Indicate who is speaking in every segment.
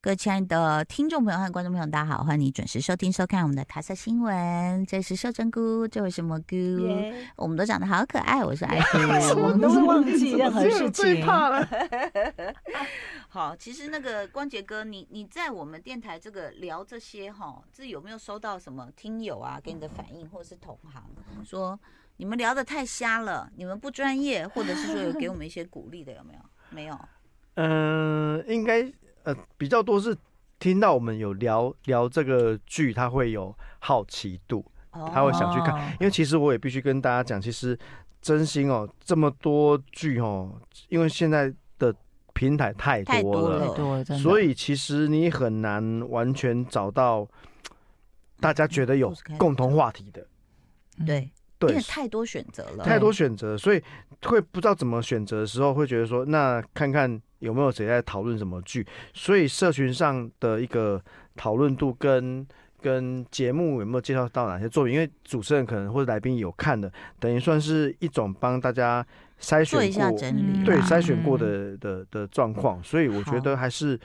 Speaker 1: 各位亲爱的听众朋友和观众朋友，大家好，欢迎你准时收听收看我们的塔色新闻，这是秀珍菇，这位是蘑菇
Speaker 2: 耶
Speaker 1: 我们都长得好可爱，我是爱
Speaker 2: 什
Speaker 1: 菇。
Speaker 2: 么都会忘记任何事
Speaker 3: 最
Speaker 2: 情。
Speaker 3: 怕了。
Speaker 1: 好，其实那个光杰哥，你你在我们电台这个聊这些哈，这有没有收到什么听友啊给你的反应，或是同行说你们聊的太瞎了，你们不专业，或者是说有给我们一些鼓励的，有没有？没有。
Speaker 3: 嗯、应该呃比较多是听到我们有聊聊这个剧，他会有好奇度，他会想去看。
Speaker 2: 哦
Speaker 3: 因为其实我也必须跟大家讲，其实真心哦，这么多剧哦，因为现在的平台太
Speaker 1: 太多
Speaker 3: 多
Speaker 1: 了
Speaker 3: 了，
Speaker 2: 太多了，真的。
Speaker 3: 所以其实你很难完全找到大家觉得有共同话题的。
Speaker 2: 嗯
Speaker 1: 对，因
Speaker 3: 对
Speaker 1: 为，太多选择了，
Speaker 3: 太多选择，所以会不知道怎么选择的时候，会觉得说，那看看有没有谁在讨论什么剧。所以社群上的一个讨论度跟跟节目有没有介绍到哪些作品，因为主持人可能或者来宾有看的，等于算是一种帮大家筛选
Speaker 1: 做一下
Speaker 3: 过，
Speaker 1: 整理啦，
Speaker 3: 对
Speaker 2: 嗯
Speaker 3: 筛选过的的的状况。所以我觉得还是。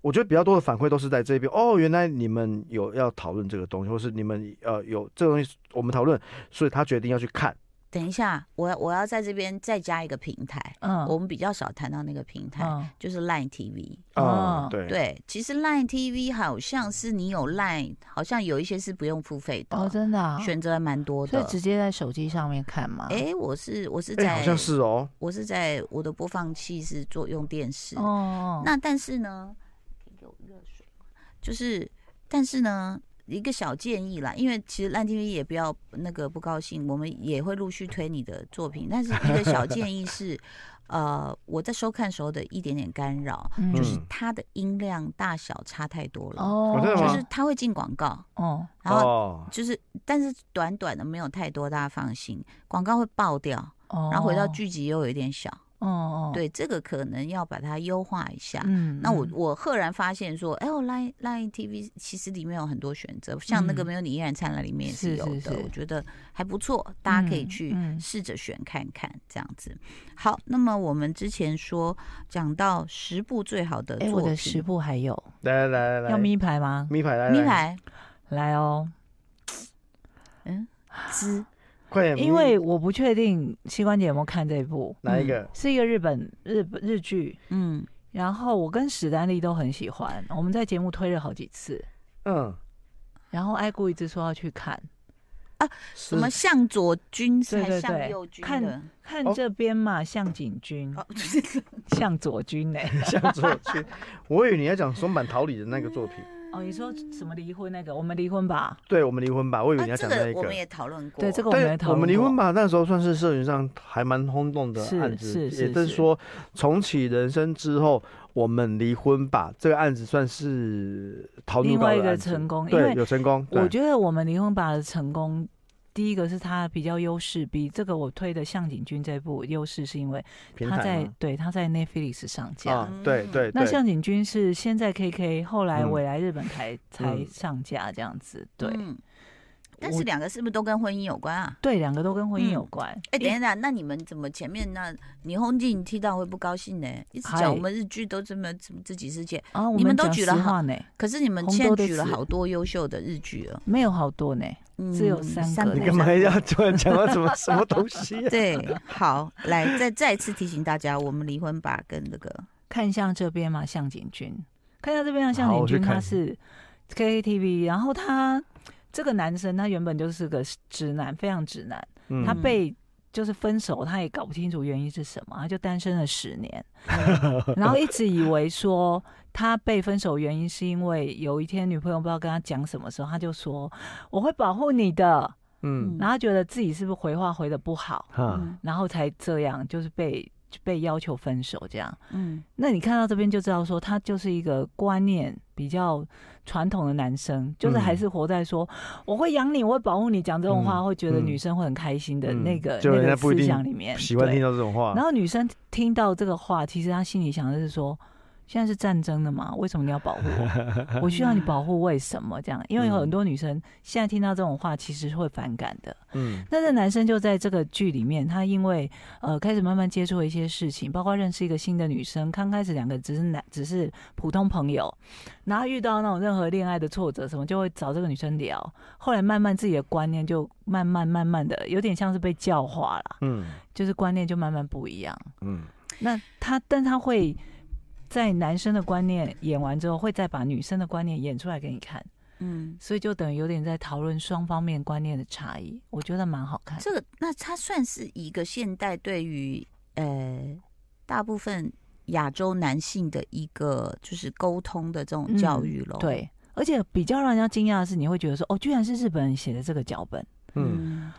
Speaker 3: 我觉得比较多的反馈都是在这边哦，原来你们有要讨论这个东西，或是你们呃有这个东西我们讨论，所以他决定要去看。
Speaker 1: 等一下，我我要在这边再加一个平台，
Speaker 2: 嗯
Speaker 1: 我们比较少谈到那个平台，
Speaker 2: 嗯
Speaker 1: 就是 Line TV。
Speaker 2: 哦
Speaker 3: 哦，对
Speaker 1: 对，其实 Line TV 好像是你有 Line，好像有一些是不用付费的，
Speaker 2: 哦，真的啊，
Speaker 1: 选择还蛮多
Speaker 2: 所以
Speaker 1: 的。
Speaker 2: 直接在手机上面看嘛。
Speaker 1: 哎、我是我是
Speaker 3: 哎、
Speaker 1: 在、
Speaker 3: 好像是哦，
Speaker 1: 我是在我的播放器是做用电视，
Speaker 2: 哦哦，
Speaker 1: 那但是呢，可以给我热水吗就是，但是呢，一个小建议啦，因为其实烂 TV 也不要那个不高兴，我们也会陆续推你的作品，但是一个小建议 是，呃，我在收看时候的一点点干扰，
Speaker 2: 嗯
Speaker 1: 就是它的音量大小差太多了，
Speaker 2: 哦
Speaker 3: 哦，真的
Speaker 1: 就
Speaker 3: 吗
Speaker 1: 是它会进广告，
Speaker 2: 哦，
Speaker 1: 然后
Speaker 3: 哦、
Speaker 1: 就是，但是短短的没有太多，大家放心，广告会爆掉，
Speaker 2: 哦，
Speaker 1: 然后回到，剧集又有一点小，
Speaker 2: 哦哦，，
Speaker 1: 对，这个可能要把它优化一下，
Speaker 2: 嗯，
Speaker 1: 那我
Speaker 2: 嗯
Speaker 1: 我赫然发现说，哎呦，Line Line TV 其实里面有很多选择，像那个
Speaker 2: 嗯
Speaker 1: 没有你依然灿烂里面也是
Speaker 2: 是
Speaker 1: 有的，
Speaker 2: 是是
Speaker 1: 我觉得还不错，大家可以
Speaker 2: 嗯
Speaker 1: 去
Speaker 2: 嗯
Speaker 1: 试着选看看这样子。好，那么我们之前说讲到十部最好的
Speaker 2: 哎，
Speaker 1: 作
Speaker 2: 我
Speaker 1: 品，
Speaker 2: 的十部还有
Speaker 3: 来来来来，
Speaker 2: 要咪牌吗？
Speaker 3: 咪牌来
Speaker 1: 咪
Speaker 3: 来，
Speaker 1: 牌
Speaker 2: 来哦，
Speaker 1: 嗯之
Speaker 3: 快点，
Speaker 2: 因为我不确定膝关节有没有看这一部，嗯
Speaker 3: 哪一个？
Speaker 2: 是一个日本日本日剧，
Speaker 1: 嗯
Speaker 2: 然后我跟史丹利都很喜欢，我们在节目推了好几次，
Speaker 3: 嗯，
Speaker 2: 然后爱故一直说要去看，
Speaker 3: 什
Speaker 1: 什么向左军
Speaker 2: 对
Speaker 1: 还
Speaker 2: 对
Speaker 1: 向
Speaker 2: 对
Speaker 1: 右军
Speaker 2: 看
Speaker 1: 的，
Speaker 2: 看
Speaker 3: 哦
Speaker 2: 这边嘛，向井君、
Speaker 1: 哦，
Speaker 2: 向左 君呢、
Speaker 3: 向左去？我以为你要讲松坂桃李的那个作 品，
Speaker 2: 哦，你说什么离婚那个？我们离婚吧？
Speaker 3: 对我们离婚吧，我以为
Speaker 1: 啊
Speaker 3: 你要
Speaker 1: 这
Speaker 3: 讲那
Speaker 1: 个
Speaker 3: 一
Speaker 1: 我们也讨论过，
Speaker 2: 对，这个我们也
Speaker 3: 但
Speaker 2: 讨
Speaker 3: 我
Speaker 2: 论
Speaker 3: 们离
Speaker 2: 过
Speaker 3: 婚？吧，那时候算是社群上还蛮轰动的
Speaker 2: 是
Speaker 3: 案子，
Speaker 2: 是是
Speaker 3: 也就是
Speaker 2: 是
Speaker 3: 说重启人生之后，我们离婚吧这个案子算是逃
Speaker 2: 另
Speaker 3: 入
Speaker 2: 外
Speaker 3: 高
Speaker 2: 一
Speaker 3: 的
Speaker 2: 个
Speaker 3: 案子
Speaker 2: 成功因
Speaker 3: 对，
Speaker 2: 为
Speaker 3: 有成功，
Speaker 2: 我
Speaker 3: 对，
Speaker 2: 觉得我们离婚吧的成功，第一个是他比较优势，比这个我推的向井君这部优势是因为
Speaker 3: 平
Speaker 2: 他
Speaker 3: 台
Speaker 2: 在
Speaker 3: 嘛
Speaker 2: 对他在 Netflix 上架。
Speaker 3: 啊，对
Speaker 1: 嗯
Speaker 3: 对
Speaker 2: 那
Speaker 3: 对
Speaker 2: 向井君是先在 KK，后来
Speaker 3: 嗯
Speaker 2: 未来日本台、才
Speaker 3: 嗯
Speaker 2: 上架这样子，对、
Speaker 1: 嗯。但
Speaker 2: 我
Speaker 1: 是两个是不是都跟婚姻有关啊？
Speaker 2: 对，两个都跟婚姻有
Speaker 1: 嗯
Speaker 2: 关。
Speaker 1: 哎、等一下，那你们怎么前面那霓虹镜听到会不高兴呢？一直
Speaker 2: 嗨
Speaker 1: 讲我们日剧都这么这么自己世界，
Speaker 2: 啊，
Speaker 1: 哦
Speaker 2: 我
Speaker 1: 你们都
Speaker 2: 讲
Speaker 1: 举
Speaker 2: 实
Speaker 1: 了好
Speaker 2: 话呢，
Speaker 1: 可是你们
Speaker 2: 红
Speaker 1: 现
Speaker 2: 豆
Speaker 1: 在
Speaker 2: 的
Speaker 1: 举了
Speaker 2: 词
Speaker 1: 好多优秀的日剧了，
Speaker 2: 没有好多呢。
Speaker 1: 嗯
Speaker 2: 只有三个
Speaker 1: 三
Speaker 3: 你
Speaker 1: 部
Speaker 3: 干嘛
Speaker 1: 三部
Speaker 3: 要突然讲到什 么什么东西啊？
Speaker 1: 对，好，来再再一次提醒大家，我们离婚吧跟那个
Speaker 2: 看向这边嘛，向井君，看向这边的向
Speaker 3: 好
Speaker 2: 井
Speaker 3: 我去
Speaker 2: 君，他
Speaker 3: 看
Speaker 2: 是 KTV，然后他这个男生他原本就是个直男，非常直男，
Speaker 3: 嗯
Speaker 2: 他被。就是分手，他也搞不清楚原因是什么，他就单身了十年， 然后一直以为说他被分手原因是因为有一天女朋友不知道跟他讲什么时候，他就说我会保护你的，
Speaker 3: 嗯
Speaker 2: 然后他觉得自己是不是回话回的不好，
Speaker 3: 哈。
Speaker 1: 嗯
Speaker 2: 然后才这样，就是被被要求分手这样。
Speaker 1: 嗯
Speaker 2: 那你看到这边就知道说，他就是一个观念比较传统的男生，就是还是活在说、我会养你，我会保护你，讲这种话、
Speaker 3: 嗯
Speaker 2: 会觉得
Speaker 3: 嗯
Speaker 2: 女生会很开心的
Speaker 3: 嗯
Speaker 2: 那个、
Speaker 3: 就
Speaker 2: 那
Speaker 3: 人
Speaker 2: 个
Speaker 3: 家不一
Speaker 2: 思
Speaker 3: 定
Speaker 1: 嗯
Speaker 2: 想里面，
Speaker 3: 喜欢
Speaker 2: 对
Speaker 3: 听到这种话
Speaker 2: 然。后女生听到这个话，其实她心里想的是说，现在是战争的嘛，为什么你要保护我？我需要你保护，为什么这样？因为 有很多女生现在听到这种话，其实是会反感的。
Speaker 3: 嗯
Speaker 2: 那这男生就在这个剧里面，他因为呃开始慢慢接触了一些事情，包括认识一个新的女生。刚开始两个只是男只是普通朋友，然后遇到那种任何恋爱的挫折什么，就会找这个女生聊。后来慢慢自己的观念就慢慢慢慢的，有点像是被教化了，
Speaker 3: 嗯
Speaker 2: 就是观念就慢慢不一样。
Speaker 3: 嗯，
Speaker 2: 那他但他会在男生的观念演完之后，会再把女生的观念演出来给你看，
Speaker 1: 嗯，
Speaker 2: 所以就等于有点在讨论双方面观念的差异。我觉得蛮好看的。
Speaker 1: 这个那它算是一个现代对于呃大部分亚洲男性的一个就是沟通的这种教育咯。，
Speaker 2: 嗯对，而且比较让人家惊讶的是，你会觉得说，哦，居然是日本人写的这个脚本，
Speaker 3: 嗯，
Speaker 1: 嗯，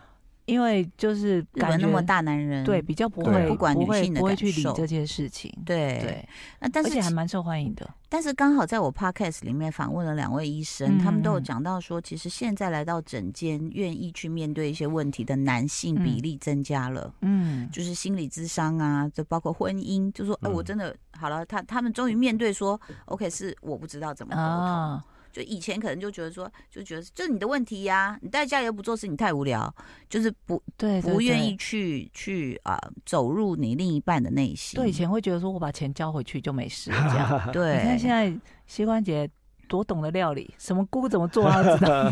Speaker 2: 因为就是
Speaker 1: 日本
Speaker 2: 感觉
Speaker 1: 那么，大男人，
Speaker 2: 对，比较不
Speaker 3: 对
Speaker 2: 会
Speaker 3: 不
Speaker 1: 管
Speaker 2: 不
Speaker 1: 女
Speaker 2: 会
Speaker 1: 性的
Speaker 2: 不会
Speaker 1: 感
Speaker 2: 去理
Speaker 1: 受
Speaker 2: 这些事情，
Speaker 1: 对
Speaker 2: 对，
Speaker 1: 那但
Speaker 2: 而
Speaker 1: 是
Speaker 2: 且
Speaker 1: 其
Speaker 2: 还蛮受欢迎的，
Speaker 1: 但是刚好在我 podcast 里面访问了两位医生，
Speaker 2: 嗯
Speaker 1: 他们都有讲到说，其实现在来到诊间愿意去面对一些问题的男性比例增加了，
Speaker 2: 嗯，
Speaker 1: 就是心理智商啊，就包括婚姻，就说，哎、
Speaker 3: 嗯
Speaker 1: 我真的好了，他他们终于面对说，OK，是我不知道怎么沟通，
Speaker 2: 啊，
Speaker 1: 就以前可能就觉得说，就觉得这是你的问题呀、你待在家里又不做事，你太无聊，就是不
Speaker 2: 对，对
Speaker 1: 不愿意
Speaker 2: 对
Speaker 1: 去去啊、走入你另一半的内心，
Speaker 2: 对，以前会觉得说我把钱交回去就 没事了这样，
Speaker 1: 对，
Speaker 2: 你看现在膝关节多懂得料理，什么菇怎么做他都知道，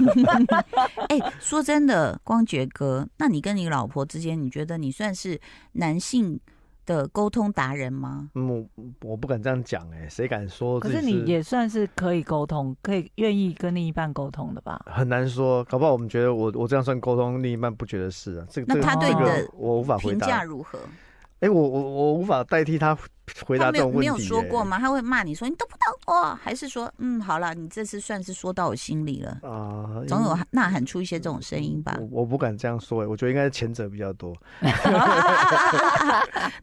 Speaker 1: 哎、说真的，光觉哥，那你跟你老婆之间，你觉得你算是男性的沟通达人吗？
Speaker 3: 嗯我我不敢这样讲哎、谁敢说
Speaker 2: 可
Speaker 3: 自己
Speaker 2: 是你也算是可以沟通，可以愿意跟另一半沟通的吧？
Speaker 3: 很难说，搞不好我们觉得我我这样算沟通，另一半不觉得是啊。这个
Speaker 1: 那
Speaker 3: 这个
Speaker 1: 他
Speaker 2: 对
Speaker 3: 这
Speaker 2: 你
Speaker 3: 个
Speaker 1: 的
Speaker 3: 我无法啊回
Speaker 1: 评价
Speaker 3: 答。
Speaker 1: 如何？
Speaker 3: 哎，我我我无法代替他回答
Speaker 1: 他没有
Speaker 3: 这种问
Speaker 1: 没
Speaker 3: 题、
Speaker 1: 有说过
Speaker 3: 哎？
Speaker 1: 吗？他会骂你说你都不懂我，还是说嗯好了，你这次算是说到我心里了，
Speaker 3: 啊、
Speaker 1: 总有
Speaker 3: 因
Speaker 1: 呐喊出一些这种声音吧？
Speaker 3: 我我不敢这样说哎、我觉得应该是前者比较多。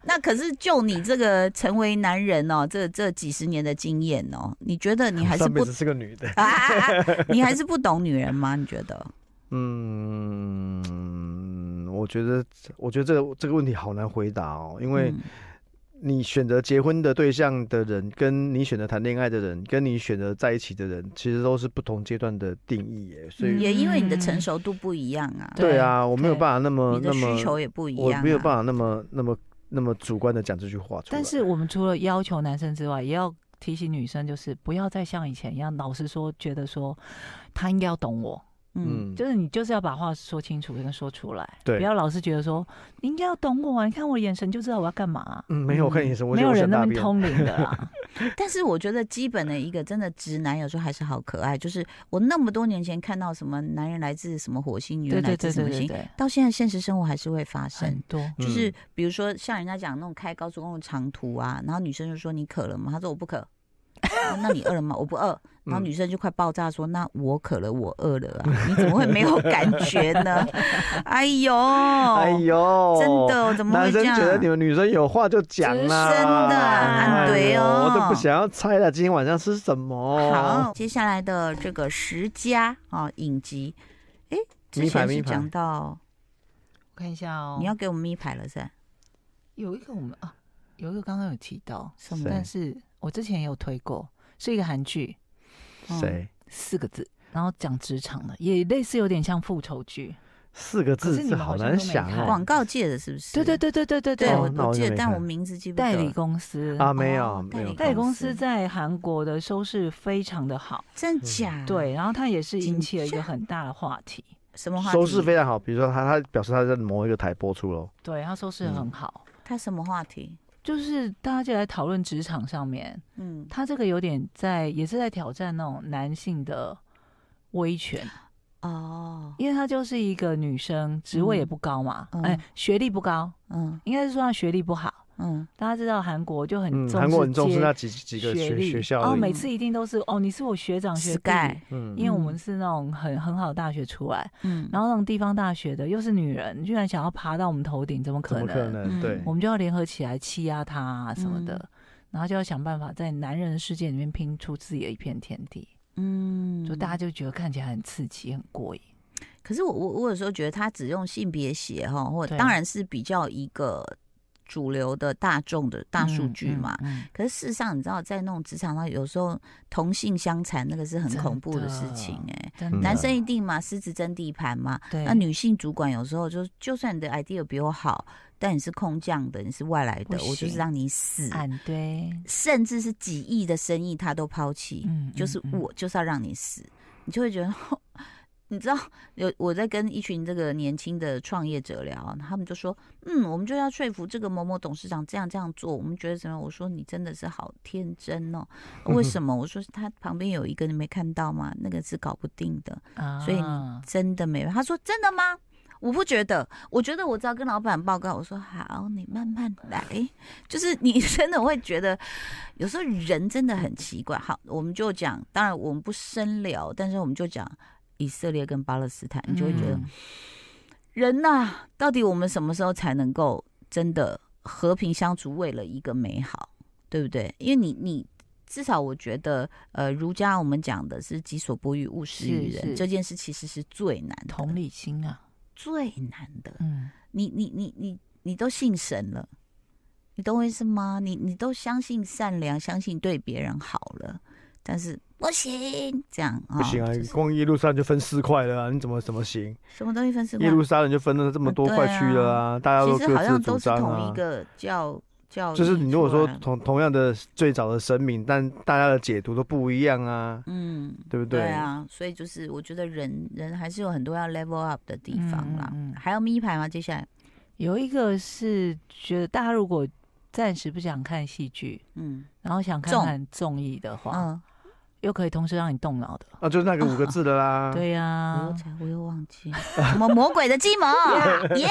Speaker 1: 那可是就你这个成为男人哦，这这几十年的经验哦，你觉得你还是
Speaker 3: 上辈
Speaker 1: 不
Speaker 3: 子是个女的。
Speaker 1: 你还是不懂女人吗？你觉得？
Speaker 3: 嗯，我觉得我觉得这个这个问题好难回答哦，因为
Speaker 1: 嗯
Speaker 3: 你选择结婚的对象的人，跟你选择谈恋爱的人，跟你选择在一起的人，其实都是不同阶段的定义耶。所以
Speaker 1: 嗯也因为你
Speaker 3: 嗯
Speaker 1: 的成熟度不一样啊，
Speaker 2: 对
Speaker 3: 对啊，我没有办法那么
Speaker 1: 你
Speaker 3: 那
Speaker 1: 的
Speaker 3: 么
Speaker 1: 需求也不一
Speaker 3: 我
Speaker 1: 样、啊，
Speaker 3: 没有办法那么那么那么主观的讲这句话出来。
Speaker 2: 但是我们除了要求男生之外，也要提醒女生，就是不要再像以前一样，老是说觉得说他应该要懂我，
Speaker 1: 嗯，
Speaker 2: 就是你就是要把话说清楚跟说出来，
Speaker 3: 对
Speaker 2: 不要老是觉得说你应该要懂我啊，你看我眼神就知道我要干嘛啊、
Speaker 3: 嗯，没有，我看眼神，我
Speaker 2: 没
Speaker 3: 觉得
Speaker 2: 有
Speaker 3: 我
Speaker 2: 人
Speaker 3: 想
Speaker 2: 那
Speaker 3: 大
Speaker 2: 么
Speaker 3: 便。
Speaker 2: 通灵的啦，
Speaker 1: 但是我觉得基本的一个真的直男有时候还是好可爱，就是我那么多年前看到什么男人来自什么火星，女
Speaker 2: 对
Speaker 1: 人来
Speaker 2: 对
Speaker 1: 自
Speaker 2: 对
Speaker 1: 什
Speaker 2: 对
Speaker 1: 么
Speaker 2: 对嗯
Speaker 1: 星，
Speaker 2: 对，
Speaker 1: 到现在现实生活还是会发
Speaker 2: 很
Speaker 1: 生。
Speaker 2: 多，
Speaker 3: 嗯
Speaker 1: 就是比如说像人家讲那种开高速公路长途啊，然后女生就说你渴了吗？他说我不渴。 哦那你饿了吗？我不饿。
Speaker 3: 嗯
Speaker 1: 然后女生就快爆炸说：“那我渴了，我饿了 啊！你怎么会没有感觉呢？” 哎呦，
Speaker 3: 哎呦，
Speaker 1: 真的哦怎么
Speaker 3: 男
Speaker 1: 会这
Speaker 3: 生
Speaker 1: 样？
Speaker 3: 觉得你们女生有话就讲啦，
Speaker 1: 真的安
Speaker 3: 哎
Speaker 1: 对
Speaker 3: 呦
Speaker 1: 哦
Speaker 3: 我都不想要猜了，今天晚上吃什么？
Speaker 1: 好，，接下来的这个十佳啊影集，哎，之
Speaker 3: 咪牌
Speaker 1: 前
Speaker 3: 咪
Speaker 1: 是
Speaker 3: 牌
Speaker 1: 讲到
Speaker 2: 我看一下哦，
Speaker 1: 你要给我们咪牌了噻，
Speaker 2: 有一个我们啊，有一个刚刚有提到，
Speaker 1: 什
Speaker 3: 对
Speaker 1: 么
Speaker 2: 但是我之前也有推过，是一个韩剧，
Speaker 1: 嗯
Speaker 3: 谁？
Speaker 2: 四个字，然后讲职场的，也类似有点像复仇剧。
Speaker 3: 四个
Speaker 2: 可
Speaker 3: 字
Speaker 2: 是你
Speaker 3: 这
Speaker 2: 们
Speaker 3: 好
Speaker 2: 好像
Speaker 3: 难
Speaker 2: 都没
Speaker 3: 想
Speaker 2: 看
Speaker 3: 哦
Speaker 1: 广。告界的是不是？
Speaker 2: 对对对对对对
Speaker 1: 对，
Speaker 3: 哦
Speaker 1: 我
Speaker 3: 那
Speaker 1: 我
Speaker 3: 我就
Speaker 1: 记得，
Speaker 3: 没
Speaker 1: 但我
Speaker 3: 看
Speaker 1: 名字记不得
Speaker 2: 代理
Speaker 1: 了
Speaker 2: 公司
Speaker 3: 啊，没有
Speaker 1: 哦
Speaker 3: 没有，
Speaker 2: 代理公
Speaker 1: 公
Speaker 2: 司
Speaker 1: 司
Speaker 2: 在韩国的收视非常的好，
Speaker 1: 真假？，
Speaker 2: 嗯
Speaker 3: 嗯
Speaker 2: 对，然后它也是
Speaker 1: 紧
Speaker 2: 引起了一个很大的话题，
Speaker 1: 什么话题？
Speaker 3: 收视非常好。比如说他他表示他在某一个台播出喽，
Speaker 2: 对，它收视
Speaker 3: 嗯
Speaker 2: 很好，
Speaker 1: 他什么话题？
Speaker 2: 就是大家就来讨论职场上面，
Speaker 1: 嗯，
Speaker 2: 它这个有点在也是在挑战那种男性的威权，
Speaker 1: 哦，
Speaker 2: 因为她就是一个女生，职位也
Speaker 1: 嗯
Speaker 2: 不高嘛，
Speaker 1: 嗯
Speaker 2: 哎，学历不高，
Speaker 1: 嗯
Speaker 2: 应该是说她学历不好，
Speaker 1: 嗯，
Speaker 2: 大家知道韩国就很重
Speaker 3: 嗯，
Speaker 2: 视、
Speaker 3: 韩国很重视那几几个学
Speaker 2: 历
Speaker 3: 学校
Speaker 2: 哦，
Speaker 3: 而已，
Speaker 2: 每次一定都是哦，你是我学长学弟
Speaker 1: Sky
Speaker 3: 嗯
Speaker 2: 因为我们是那种很很好的大学出来，
Speaker 1: 嗯，
Speaker 2: 然
Speaker 1: 后
Speaker 2: 后那种地方大学的又是女人，居然想要爬到我们头顶，怎么可
Speaker 3: 怎么
Speaker 2: 能？
Speaker 3: 可
Speaker 1: 嗯
Speaker 3: 能？对
Speaker 2: 我，们就要联合起来欺压她、啊、什么的，
Speaker 1: 嗯
Speaker 2: 然后就要想办法在男人的世界里面拼出自己的一片天地，
Speaker 1: 嗯，
Speaker 2: 就大家就觉得看起来很刺激、很过瘾。
Speaker 1: 可是我我我有时候觉得他只用性别写哈，或
Speaker 2: 对
Speaker 1: 当然是比较一个主流的大众的大数据嘛。
Speaker 2: 嗯，嗯
Speaker 1: 可是事实上，你知道，在那种职场上，有时候同性相残那个是很
Speaker 2: 真
Speaker 1: 恐怖的事
Speaker 2: 的
Speaker 1: 情哎、
Speaker 2: 真的
Speaker 1: 男生一定嘛，狮子争地盘嘛。
Speaker 2: 对
Speaker 1: 那女性主管有时候就，就算你的 idea 比我好，但你是空降的，你是外来的，
Speaker 2: 不
Speaker 1: 我就是
Speaker 2: 行哎
Speaker 1: 让你死，
Speaker 2: 俺对，
Speaker 1: 甚至是几亿的生意他都抛弃。
Speaker 2: 嗯，
Speaker 1: 就是
Speaker 2: 嗯，
Speaker 1: 我就是要让你死，你就会觉得，你知道，有我在跟一群这个年轻的创业者聊，啊他们就说，嗯，我们就要说服这个某某董事长这样这样做，我们觉得怎么样？我说你真的是好天真 哦，为什么？我说他旁边有一个你没看到吗？那个是搞不定的，
Speaker 2: 嗯
Speaker 1: 所以
Speaker 2: 啊
Speaker 1: 你真的没有。他说真的吗？我不觉得，我觉得我只要跟老板报告，我说好，你慢慢来。 就是你真的会觉得，有时候人真的很奇怪。好，我们就讲，当然我们不深聊，但是我们就讲以色列跟巴勒斯坦，你就会觉得、
Speaker 2: 嗯
Speaker 1: 人呐、到底我们什么时候才能够真的和平相处，为了一个美好，对不对？因为你你。至少我觉得，呃，儒家我们讲的是“己所不欲，勿施于
Speaker 2: 是
Speaker 1: 人”，
Speaker 2: 是
Speaker 1: 这件事其实是最难的，
Speaker 2: 同理心啊，
Speaker 1: 最难的。
Speaker 2: 嗯，
Speaker 1: 你你你你你都信神了，你懂我意思吗？你你都相信善良，相信对别人好了，但是不行，这样啊、
Speaker 3: 不行啊
Speaker 1: 就，是
Speaker 3: 光耶路撒冷就分四块了啊，你怎么怎么行？
Speaker 1: 什么东西分四块
Speaker 3: 耶，路撒冷就分了这么多块区了啊，大家都
Speaker 1: 其
Speaker 3: 各
Speaker 1: 实好像
Speaker 3: 自
Speaker 1: 都
Speaker 3: 主
Speaker 1: 是
Speaker 3: 张
Speaker 1: 同
Speaker 3: 啊
Speaker 1: 一。个啊教教义出
Speaker 3: 就
Speaker 1: 来，
Speaker 3: 是你如果说同同样的最早的神明，但大家的解读都不一样啊，
Speaker 1: 嗯。
Speaker 3: 对不
Speaker 1: 对
Speaker 3: 对？
Speaker 1: 啊，所以就是我觉得人人还是有很多要 level up 的地方啦。
Speaker 2: 嗯嗯嗯
Speaker 1: 还有咪牌吗？接下来，
Speaker 2: 有一个是觉得大家如果暂时不想看戏剧，
Speaker 1: 嗯
Speaker 2: 然后想看
Speaker 1: 综
Speaker 2: 看综艺的话，
Speaker 1: 嗯，
Speaker 2: 又可以同时让你动脑的，
Speaker 3: 啊，就是那个五个字的啦。
Speaker 2: 对呀
Speaker 1: 我又，
Speaker 3: 哦
Speaker 1: 才我又忘记了什么魔鬼的计 谋，耶！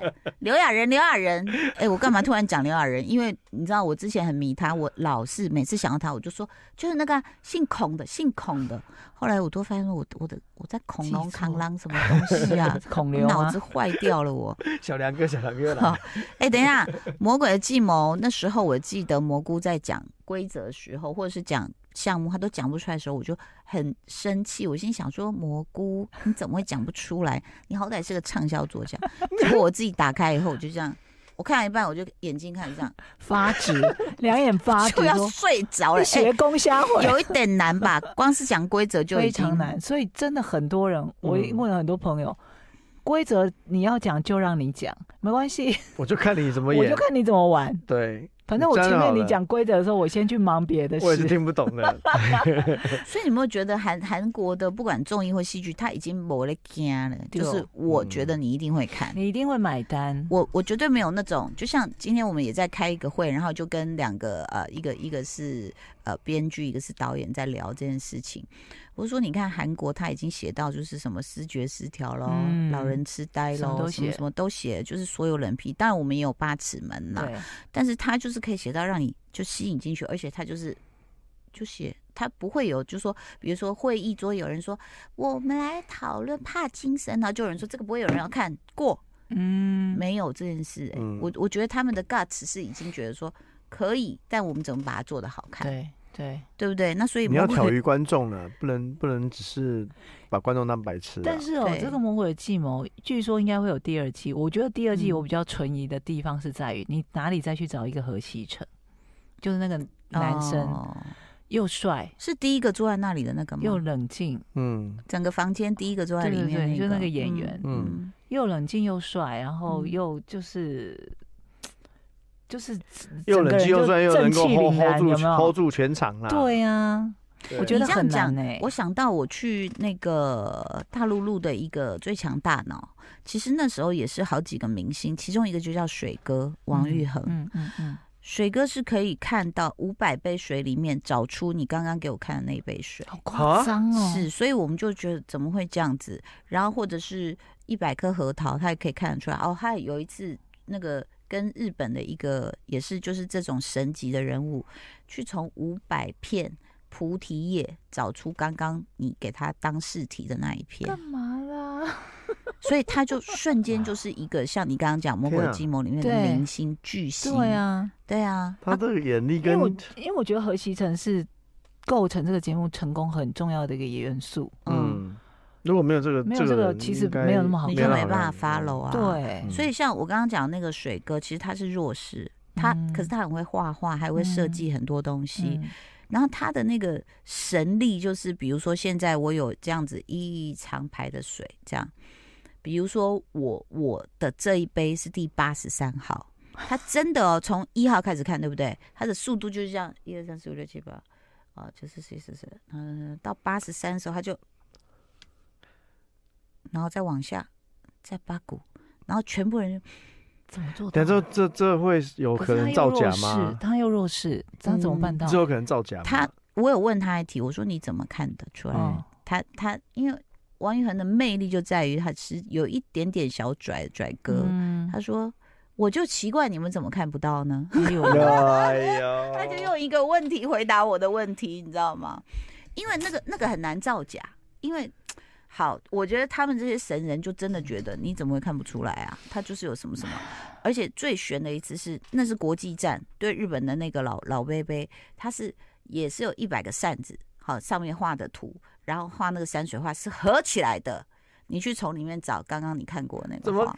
Speaker 1: 刘亚仁，刘亚仁，哎，我干嘛突然讲刘亚仁？因为你知道我之前很迷他，我老是每次想到他，我就说就是那个啊姓孔的，姓孔的。后来我都发现我我的我在恐龙
Speaker 2: 记错，
Speaker 1: 扛啷什么东西啊
Speaker 2: 孔
Speaker 1: 我
Speaker 2: 刘
Speaker 1: 脑
Speaker 2: 啊
Speaker 1: 子，坏掉了我。
Speaker 3: 小梁哥，小梁哥
Speaker 1: 好，哎，等一下，《魔鬼的计谋》那时候我记得蘑菇在讲规则的时候，或者是讲项目，他都讲不出来的时候，我就很生气。我心想说，蘑菇你怎么会讲不出来？你好歹是个畅销作 家。结果我自己打开以后，我就这样，我看了一半，我就眼睛看这样，啊
Speaker 2: 发直， 两眼发直
Speaker 1: 就要
Speaker 2: 说，
Speaker 1: 睡着了。
Speaker 2: 你
Speaker 1: 哎
Speaker 2: 学工瞎混。
Speaker 1: 有一点难吧？光是讲规则就已
Speaker 2: 非
Speaker 1: 经
Speaker 2: 常难，所以真的很多人，我
Speaker 3: 嗯
Speaker 2: 问了很多朋友，规则你要讲就让你讲，没关系，
Speaker 3: 我就看你怎么
Speaker 2: 我就
Speaker 3: 演。
Speaker 2: 看你怎么玩。
Speaker 3: 对，
Speaker 2: 反正我前
Speaker 3: 真好
Speaker 2: 面
Speaker 3: 了
Speaker 2: 你讲规则的时候，我先去忙别的
Speaker 3: 我也是
Speaker 2: 事。
Speaker 3: 听不懂的。
Speaker 1: 所以你有没有觉得韩韩国的不管综艺或戏剧，它已经没了惊了？
Speaker 2: 对
Speaker 1: 就是
Speaker 2: 嗯
Speaker 1: 我觉得你一定会看。
Speaker 2: 你一定会买单，
Speaker 1: 我我绝对没有那种，就像今天我们也在开一个会，然后就跟两个呃，一个一个是呃编剧，一个是导演在聊这件事情。我说你看韩国他已经写到就是什么视觉失调咯，
Speaker 2: 嗯
Speaker 1: 老人痴呆
Speaker 2: 什么
Speaker 1: 咯，
Speaker 2: 都
Speaker 1: 什么
Speaker 2: 写
Speaker 1: 什么都写，就是所有人批。当然我们也有八尺门呐、
Speaker 2: 对，
Speaker 1: 但是他就是可以写到让你就吸引进去，而且他就是就写他不会有，就说比如说会议桌有人说我们来讨论帕金森，然后就有人说这个不会有人要看过。
Speaker 2: 嗯，
Speaker 1: 没有这件事、欸。
Speaker 3: 嗯
Speaker 1: 我我觉得他们的 guts 是已经觉得说可以，但我们怎么把它做得好看，对
Speaker 2: 对对。
Speaker 1: 不对？那所以
Speaker 3: 你要
Speaker 1: 魔鬼
Speaker 3: 挑，于观众了，不能不能只是把观众当白痴、啊。
Speaker 2: 但是哦
Speaker 1: 对，
Speaker 2: 这个《魔鬼的计谋》据说应该会有第二季。我觉得第二季
Speaker 1: 嗯
Speaker 2: 我比较存疑的地方是在于，你哪里再去找一个何西成，就是那个男生
Speaker 1: 哦
Speaker 2: 又帅
Speaker 1: 是第一个坐在那里的那个
Speaker 2: 又
Speaker 1: 吗？
Speaker 2: 冷静，
Speaker 3: 嗯，
Speaker 1: 整个房间第一个坐在
Speaker 2: 对
Speaker 1: 里
Speaker 2: 对
Speaker 1: 面
Speaker 2: 对
Speaker 1: 那个，
Speaker 2: 就那个演员
Speaker 1: 嗯
Speaker 2: 又冷静又帅，然后
Speaker 1: 嗯
Speaker 2: 又就是、就是
Speaker 3: 又
Speaker 2: 整个
Speaker 3: 冷
Speaker 2: 人
Speaker 3: 静又
Speaker 2: 就
Speaker 3: 帅，又能
Speaker 2: 正
Speaker 3: 够
Speaker 2: 气凛然
Speaker 3: hold hold 住
Speaker 2: 有没有
Speaker 3: hold 住全场啦。
Speaker 2: 对啊，
Speaker 3: 对，
Speaker 2: 我觉得
Speaker 1: 你这样
Speaker 2: 很难呢、欸
Speaker 1: 我想到我去那个大陆录的一个《最强大脑》，其实那时候也是好几个明星，其中一个就叫水哥王昱珩。
Speaker 2: 嗯嗯
Speaker 3: 啊
Speaker 2: 嗯，
Speaker 1: 水哥是可以看到五百杯水里面找出你刚刚给我看的那一杯水。
Speaker 2: 好夸
Speaker 3: 啊
Speaker 2: 张哦，
Speaker 1: 是，所以我们就觉得怎么会这样子？然后或者是一百颗核桃，他也可以看得出来。哦，他有一次那个跟日本的一个也是就是这种神级的人物，去从五百片菩提叶找出刚刚你给他当试题的那一片
Speaker 2: 干，嘛 啦？
Speaker 1: 所以他就瞬间就是一个像你刚刚讲《魔鬼
Speaker 3: 天啊
Speaker 1: 计谋》里面的
Speaker 2: 对
Speaker 1: 明星巨星。
Speaker 2: 对，啊，
Speaker 1: 对啊，
Speaker 3: 他的眼力
Speaker 2: 因为
Speaker 3: 跟
Speaker 2: 我因为我觉得何其成是构成这个节目成功很重要的一个元素。
Speaker 1: 嗯，
Speaker 3: 嗯，如果没有这个，
Speaker 2: 没有这
Speaker 3: 个
Speaker 2: 个
Speaker 3: 人
Speaker 2: 其实
Speaker 3: 应该
Speaker 2: 没有那么好
Speaker 1: 你
Speaker 2: 没
Speaker 1: 就
Speaker 2: 办
Speaker 1: 没办法
Speaker 3: 嗯
Speaker 1: follow 啊。，
Speaker 2: 对，嗯
Speaker 1: 所以像我刚刚讲那个水哥，其实他是弱势，他、
Speaker 2: 嗯
Speaker 1: 可是他很会画画，还会设计很多东西。
Speaker 2: 嗯
Speaker 1: 然后他的那个神力就是，比如说现在我有这样子一长排的水，这样，比如说我我的这一杯是第八十三号，他真的哦，从一号开始看，对不对？他的速度就是这样，一二三四五六七八，啊，就是是是是，嗯，到八十三的时候他就，然后再往下，再八股，然后全部人就
Speaker 2: 怎么做到
Speaker 3: 但这
Speaker 2: 的？
Speaker 3: 这这会有
Speaker 2: 可
Speaker 3: 可
Speaker 2: 是
Speaker 3: 能
Speaker 2: 他
Speaker 3: 造
Speaker 2: 又
Speaker 3: 假
Speaker 2: 弱势
Speaker 3: 吗？嗯
Speaker 2: 他又弱势，他怎么办到？
Speaker 3: 这有可能造假吗？
Speaker 1: 他，我有问他一题，我说你怎么看得出来？
Speaker 2: 嗯
Speaker 1: 他他因为王一恒的魅力就在于他是有一点点小拽拽哥。
Speaker 2: 嗯
Speaker 1: 他说：“我就奇怪你们怎么看不到呢
Speaker 2: 哎呦
Speaker 3: 哎呀，？”
Speaker 1: 他就用一个问题回答我的问题，你知道吗？因为那个那个很难造假，因为好，我觉得他们这些神人就真的觉得你怎么会看不出来啊？他就是有什么什么，而且最悬的一次是那是国际战对日本的那个老老贝贝，他是也是有一百个扇子，好上面画的图，然后画那个山水画是合起来的。你去从里面找刚刚你看过的那个
Speaker 3: 怎么
Speaker 1: 画，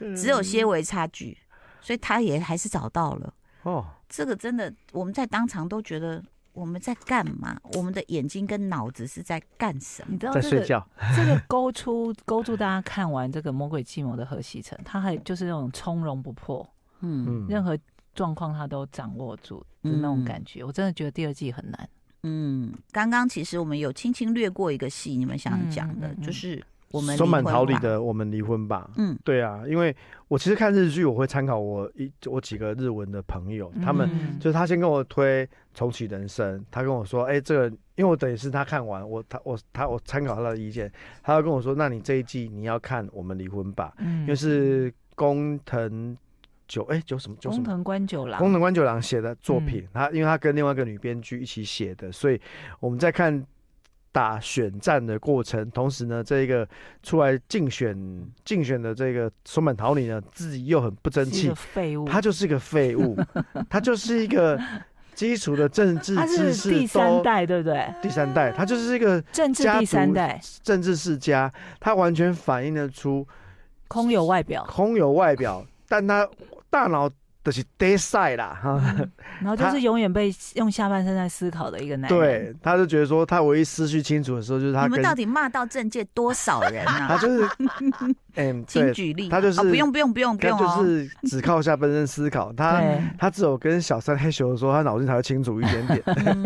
Speaker 3: 嗯
Speaker 1: 只有些微差距，所以他也还是找到了。
Speaker 3: 哦，
Speaker 1: 这个真的，我们在当场都觉得我们在干嘛？我们的眼睛跟脑子是在干什么
Speaker 2: 你？知道
Speaker 3: 在
Speaker 2: 这
Speaker 3: 睡
Speaker 2: 个
Speaker 3: 觉，
Speaker 2: 这个勾出勾住大家看完这个《魔鬼计谋》的何西成，他还就是那种从容不迫，
Speaker 1: 嗯
Speaker 3: 嗯，
Speaker 2: 任何状况他都掌握住的那种感
Speaker 3: 嗯
Speaker 2: 觉。我真的觉得第二季很难。
Speaker 1: 嗯，刚刚其实我们有轻轻略过一个戏，你们想讲的，
Speaker 2: 嗯嗯嗯
Speaker 1: 就是我们
Speaker 3: 松
Speaker 1: 离
Speaker 3: 满
Speaker 1: 婚
Speaker 3: 桃李
Speaker 1: 吧，
Speaker 3: 的《我们离婚吧》。
Speaker 1: 嗯
Speaker 3: 对啊，因为我其实看日剧，我会参考我一我几个日文的朋友，他们
Speaker 2: 嗯
Speaker 3: 就是他先跟我推《重启人生》，他跟我说：“哎、这个，因为我等于是他看完，我他我他我参考他的意见，他就跟我说：‘那你这一季你要看《我们离婚吧》，
Speaker 2: 嗯
Speaker 3: 因为是工藤久哎、久什么久什
Speaker 2: 工
Speaker 3: 么
Speaker 2: 藤官九郎
Speaker 3: 工藤官九郎写的作品，他因为他跟另外一个女编剧一起写的，所以我们在看打选战的过程，同时呢，这个出来竞选竞选的这个松本桃李呢，自己又很不争
Speaker 2: 是一
Speaker 3: 气
Speaker 2: 个，废物，
Speaker 3: 他就是个废物，他就是一个基础的政 治
Speaker 2: 他
Speaker 3: 嗯知
Speaker 2: 是
Speaker 3: 识
Speaker 2: 第三
Speaker 3: 都
Speaker 2: 代，对不对？
Speaker 3: 第三代，他就是一个
Speaker 2: 政治
Speaker 3: 家
Speaker 2: 第三
Speaker 3: 族
Speaker 2: 代，
Speaker 3: 政治世家，他完全反映得出
Speaker 2: 空有外表，
Speaker 3: 空有外表，但他大脑的是 d 赛啦，哈。
Speaker 2: 然后就
Speaker 3: 他
Speaker 2: 是永远被用下半身在思考的一个男人。
Speaker 3: 对，他就觉得说，他唯一思绪清楚的时候，就是他
Speaker 1: 你
Speaker 3: 跟
Speaker 1: 们到底骂到政界多少人
Speaker 3: 他
Speaker 1: 啊？
Speaker 3: 就是， 嗯，
Speaker 1: 请
Speaker 3: 对，
Speaker 1: 举例，
Speaker 3: 他就是
Speaker 1: 哦不用不用不用不
Speaker 3: 他
Speaker 1: 用
Speaker 3: 就
Speaker 1: 哦，
Speaker 3: 是只靠下半身思考，他
Speaker 2: 对
Speaker 3: 他只有跟小三害羞的时候，他脑筋才会清楚一 点点。
Speaker 1: 嗯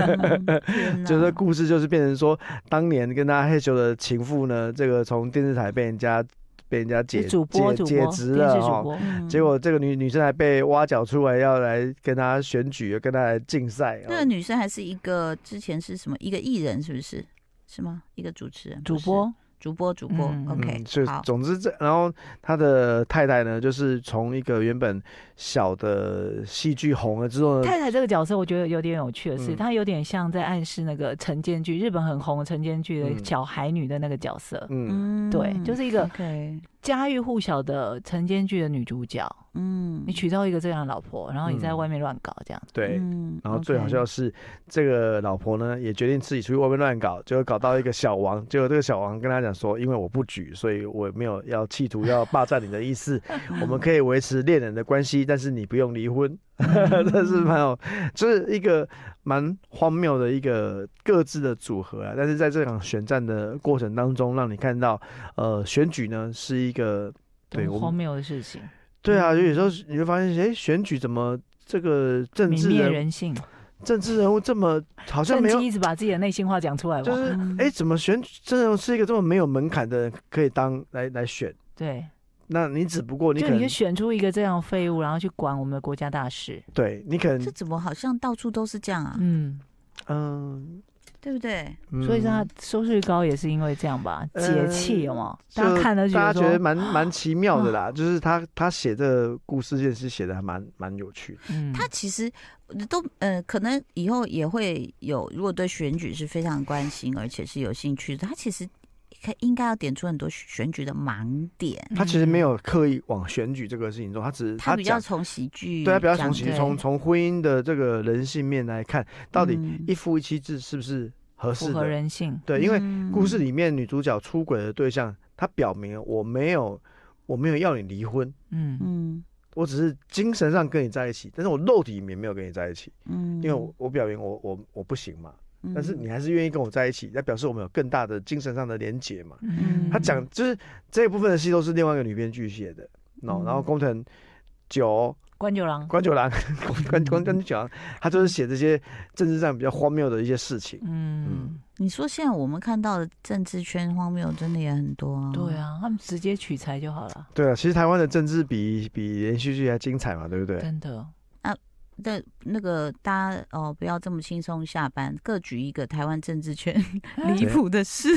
Speaker 1: 天哪
Speaker 3: 就是故事就是变成说，当年跟他害羞的情妇呢，这个从电视台被人家被人家解
Speaker 2: 是主播
Speaker 3: 解
Speaker 2: 主
Speaker 3: 解
Speaker 2: 播
Speaker 3: 职
Speaker 2: 电
Speaker 3: 了
Speaker 2: 视主
Speaker 3: 哦。
Speaker 2: 播，
Speaker 1: 嗯
Speaker 3: 结果这个女女生还被挖角出来，要来跟他选举，跟他来竞赛哦。
Speaker 1: 那个女生还是一个之前是什么一个艺人是不是？是吗？一个主持人，
Speaker 2: 主
Speaker 1: 不是
Speaker 2: 播
Speaker 1: 主播主播
Speaker 2: 嗯
Speaker 1: ，OK，
Speaker 3: 嗯，所以
Speaker 1: 好，
Speaker 3: 总之这，然后他的太太呢，就是从一个原本小的戏剧红了之后呢，
Speaker 2: 太太这个角色，我觉得有点有趣的是，
Speaker 3: 呃嗯
Speaker 2: 她有点像在暗示那个晨间剧，日本很红的晨间剧的
Speaker 3: 嗯
Speaker 2: 小孩女的那个角色，
Speaker 3: 嗯，
Speaker 1: 嗯
Speaker 2: 对，就是一个
Speaker 1: OK，
Speaker 2: 家喻户晓的晨间剧的女主角。
Speaker 1: 嗯，
Speaker 2: 你娶到一个这样的老婆，然后你在
Speaker 3: 嗯
Speaker 2: 外面乱搞这样，
Speaker 3: 对。
Speaker 1: 嗯
Speaker 3: 然后最好笑的是，这个老婆呢也决定自己出去外面乱搞，结果搞到一个小王，结果这个小王跟他讲说，因为我不举，所以我没有要企图要霸占你的意 思，我们可以维持恋人的关系，但是你不用离婚， 这是蛮有，就是一个蛮荒谬的一个各自的组合啊。但是在这场选战的过程当中，让你看到，呃，选举呢是一个对
Speaker 2: 很
Speaker 3: 我们
Speaker 2: 荒谬的事情，
Speaker 3: 对啊，有时候你会发现，哎，选举怎么这个政
Speaker 2: 泯
Speaker 3: 治
Speaker 2: 灭
Speaker 3: 人
Speaker 2: 人性。
Speaker 3: 政治人物这么好像
Speaker 2: 趁
Speaker 3: 没
Speaker 2: 机
Speaker 3: 有，
Speaker 2: 一直把自己的内心话讲出来
Speaker 3: 就
Speaker 2: 嘛，
Speaker 3: 是
Speaker 1: 嗯
Speaker 3: 哎、诶怎么选举这种是一个这么没有门槛的人可以当来来选？
Speaker 2: 对，
Speaker 3: 那你只不过你
Speaker 2: 就
Speaker 3: 可
Speaker 2: 你
Speaker 3: 能
Speaker 2: 就选出一个这样的废物，然后去管我们的国家大事，
Speaker 3: 对你可能
Speaker 1: 这怎么好像到处都是这样啊？
Speaker 2: 嗯，
Speaker 3: 嗯、
Speaker 1: 对不对？
Speaker 3: 嗯
Speaker 2: 所以他收视率高也是因为这样吧，
Speaker 3: 呃
Speaker 2: 解气有没有？
Speaker 3: 就
Speaker 2: 大家看了就
Speaker 3: 大家
Speaker 2: 觉
Speaker 3: 觉
Speaker 2: 得
Speaker 3: 得
Speaker 2: 说，
Speaker 3: 蛮蛮奇妙的啦，就是他他写这个故事线是写的还蛮蛮有趣的，
Speaker 2: 嗯，
Speaker 1: 他其实都呃，可能以后也会有，如果对选举是非常关心，而且是有兴趣的，他其实可应该要点出很多选举的盲
Speaker 2: 嗯
Speaker 1: 点。
Speaker 3: 他其实没有刻意往选举这个事情嗯中，他只是
Speaker 1: 他比较
Speaker 3: 讲
Speaker 1: 从喜剧讲，
Speaker 3: 对他比较从其
Speaker 2: 对
Speaker 3: 从从婚姻的这个人性面来看，到底
Speaker 1: 嗯
Speaker 3: 一夫一妻制是不是合适
Speaker 2: 符合
Speaker 3: 的。
Speaker 2: 人性。
Speaker 3: 对，因为
Speaker 1: 嗯
Speaker 3: 故事里面女主角出轨的对象，她表明了我没有我没有要你离婚，
Speaker 2: 嗯
Speaker 1: 嗯
Speaker 3: 我只是精神上跟你在一起，但是我肉体里面没有跟你在一起，
Speaker 1: 嗯，
Speaker 3: 因为我我表明我我我不行嘛，
Speaker 1: 嗯，
Speaker 3: 但是你还是愿意跟我在一起，那表示我们有更大的精神上的连结嘛。
Speaker 2: 嗯，
Speaker 3: 他讲就是这一部分的戏都是另外一个女编剧写的，然后
Speaker 1: 嗯
Speaker 3: 然后工藤九
Speaker 2: 关九郎，
Speaker 3: 关九郎 关关关九郎，他就是写这些政治上比较荒谬的一些事情。
Speaker 2: 嗯，
Speaker 1: 你说现在我们看到的政治圈荒谬，真的也很多啊。
Speaker 2: 对，啊，他们直接取材就好了，
Speaker 3: 对啊，其实台湾的政治比比连续剧还精彩嘛，对不对？
Speaker 2: 真的。
Speaker 1: 但那个大家哦，不要这么轻松下班，各举一个台湾政治 圈离谱的事。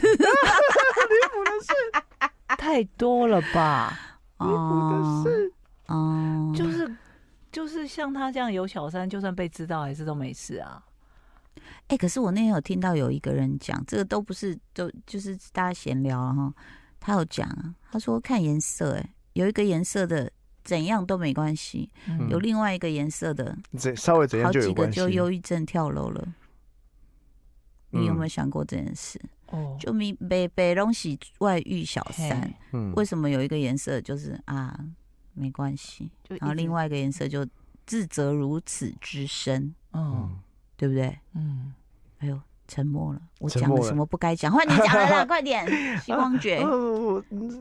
Speaker 2: 太多了吧？
Speaker 3: 离谱的事，
Speaker 1: 哦，
Speaker 2: 就是就是像他这样有小三，就算被知道还是都没事啊。
Speaker 1: 哎、可是我那天有听到有一个人讲，这个都不是，都就是大家闲聊了哈。他有讲啊，他说看颜色、哎，有一个颜色的怎样都没关系，
Speaker 2: 嗯
Speaker 1: 有另外一个颜色的，
Speaker 3: 怎稍微怎
Speaker 1: 好
Speaker 3: 样就
Speaker 1: 几
Speaker 3: 有
Speaker 1: 个
Speaker 3: 关系
Speaker 1: 就。忧郁症跳楼了。你有
Speaker 3: 嗯
Speaker 1: 没有想过这件事？
Speaker 2: 哦，
Speaker 1: 就咪北北东西外遇小三
Speaker 2: 嘿，
Speaker 3: 嗯
Speaker 1: 为什么有一个颜色就是啊没关系，
Speaker 2: 就
Speaker 1: 然后
Speaker 2: 一直
Speaker 1: 另外一个颜色就自责如此之深，
Speaker 3: 哦
Speaker 2: 嗯
Speaker 1: 对不对？
Speaker 2: 嗯，
Speaker 1: 哎呦，沉默了，我
Speaker 3: 沉
Speaker 1: 讲
Speaker 3: 默
Speaker 1: 了
Speaker 3: 了
Speaker 1: 什么不该讲？换你讲了 啦，快点，西光觉，
Speaker 3: 哦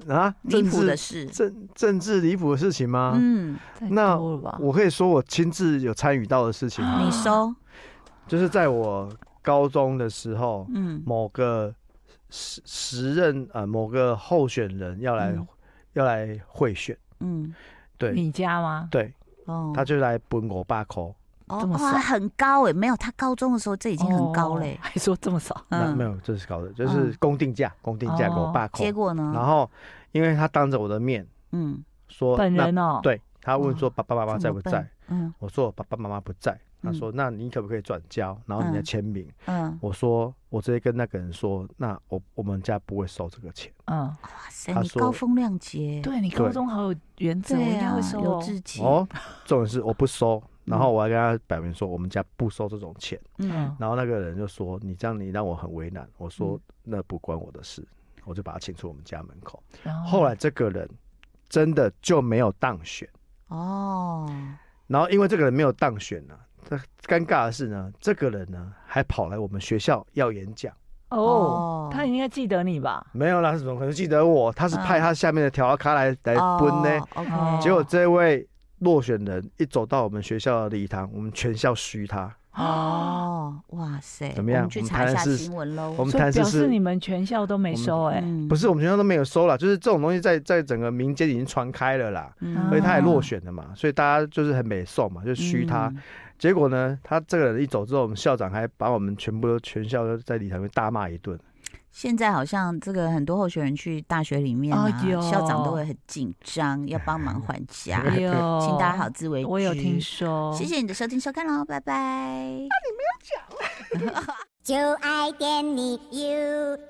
Speaker 3: 啊，
Speaker 1: 哎离
Speaker 3: 政
Speaker 1: 谱的
Speaker 3: 治
Speaker 1: 事，
Speaker 3: 政政治离谱的事情吗？
Speaker 1: 嗯，
Speaker 2: 太
Speaker 3: 那
Speaker 2: 多了吧？
Speaker 3: 我可以说我亲自有参与到的事情吗，
Speaker 1: 啊你收，
Speaker 3: 就是在我高中的时候，
Speaker 1: 嗯
Speaker 3: 某个时时任呃某个候选人要来、
Speaker 1: 嗯
Speaker 3: 要来贿选，
Speaker 1: 嗯，
Speaker 3: 对
Speaker 2: 你家吗？
Speaker 3: 对，
Speaker 1: 哦，
Speaker 3: 他就来本我爸口，
Speaker 1: 哦
Speaker 2: 这么
Speaker 1: 哇，
Speaker 2: 少
Speaker 1: 很高哎，没有，他高中的时候这已经很高
Speaker 2: 哦
Speaker 1: 嘞，
Speaker 2: 还说这么少，
Speaker 3: 那没
Speaker 1: 嗯，
Speaker 3: 有这是搞的，就是公定价，公定价
Speaker 2: 哦
Speaker 3: 我爸口
Speaker 1: 结，果嗯呢？
Speaker 3: 然后因为他当着我的面
Speaker 1: 嗯
Speaker 3: 说，
Speaker 2: 本
Speaker 3: 那
Speaker 2: 人哦，，
Speaker 3: 对他问说
Speaker 2: 哦
Speaker 3: 爸爸妈妈在不
Speaker 1: 这么
Speaker 3: 在
Speaker 1: 笨？嗯
Speaker 3: 我说我爸爸妈妈不在。他
Speaker 1: 嗯
Speaker 3: 说：“那你可不可以转交？然后你来
Speaker 1: 嗯
Speaker 3: 签名。
Speaker 1: 嗯，
Speaker 3: 我说：“我直接跟那个人说，那我我们家不会收这个钱。
Speaker 2: 嗯，
Speaker 1: 哇塞，
Speaker 3: 他
Speaker 1: 你
Speaker 3: 说
Speaker 1: 高风亮节，
Speaker 2: 对你
Speaker 3: 对
Speaker 2: 高中好有原则，我
Speaker 1: 对
Speaker 2: 应该
Speaker 1: 啊
Speaker 2: 会，收
Speaker 1: 有
Speaker 2: 哦
Speaker 1: 志气，
Speaker 3: 哦，重点是我不收，然后我还跟他表明说我们家不收这种钱。
Speaker 1: 嗯
Speaker 2: 嗯，
Speaker 3: 然后那个人就说：“你这样你让我很为难。”我说：“
Speaker 1: 嗯
Speaker 3: 那不关我的事。”我就把他请出我们家门口。
Speaker 1: 哦
Speaker 2: 然
Speaker 3: 后来这个人真的就没有当选，
Speaker 1: 哦，
Speaker 3: 然后因为这个人没有当选呢、这尴尬的是呢，这个人呢还跑来我们学校要演讲。
Speaker 2: 哦，他应该记得你吧？
Speaker 3: 没有啦，怎么可能记得我？他是派他下面的调咖来来奔哎呢。
Speaker 1: 哦，OK，
Speaker 3: 结果这位落选人一走到我们学校的礼堂，我们全校嘘他。
Speaker 1: 哦，哇塞，
Speaker 3: 怎么
Speaker 1: 我
Speaker 3: 样
Speaker 1: 们去
Speaker 3: 我们
Speaker 1: 查一
Speaker 3: 台
Speaker 1: 下
Speaker 3: 南市
Speaker 1: 新闻喽。
Speaker 3: 我们
Speaker 2: 所以
Speaker 3: 谈是
Speaker 2: 表示
Speaker 3: 是
Speaker 2: 你们全校都没收哎，
Speaker 1: 嗯
Speaker 3: 不，是我们学校都没有收啦，就是这种东西在在整个民间已经传开了啦，
Speaker 1: 嗯
Speaker 3: 所以他也落
Speaker 2: 啊
Speaker 3: 选了嘛，所以大家就是很美颂嘛，就嘘他。，
Speaker 1: 嗯
Speaker 3: 结果呢，他这个人一走之后，我们校长还把我们全部都全校都在礼堂里面大骂一顿。
Speaker 1: 现在好像这个很多候选人去大学里面啊，
Speaker 2: 哎呦
Speaker 1: 校长都会很紧张，要帮忙还价，
Speaker 2: 哎呦，
Speaker 1: 请大家好，自为之。
Speaker 2: 我有听，说，
Speaker 1: 谢谢你的收听收看喽，拜拜。
Speaker 4: 就爱点你 U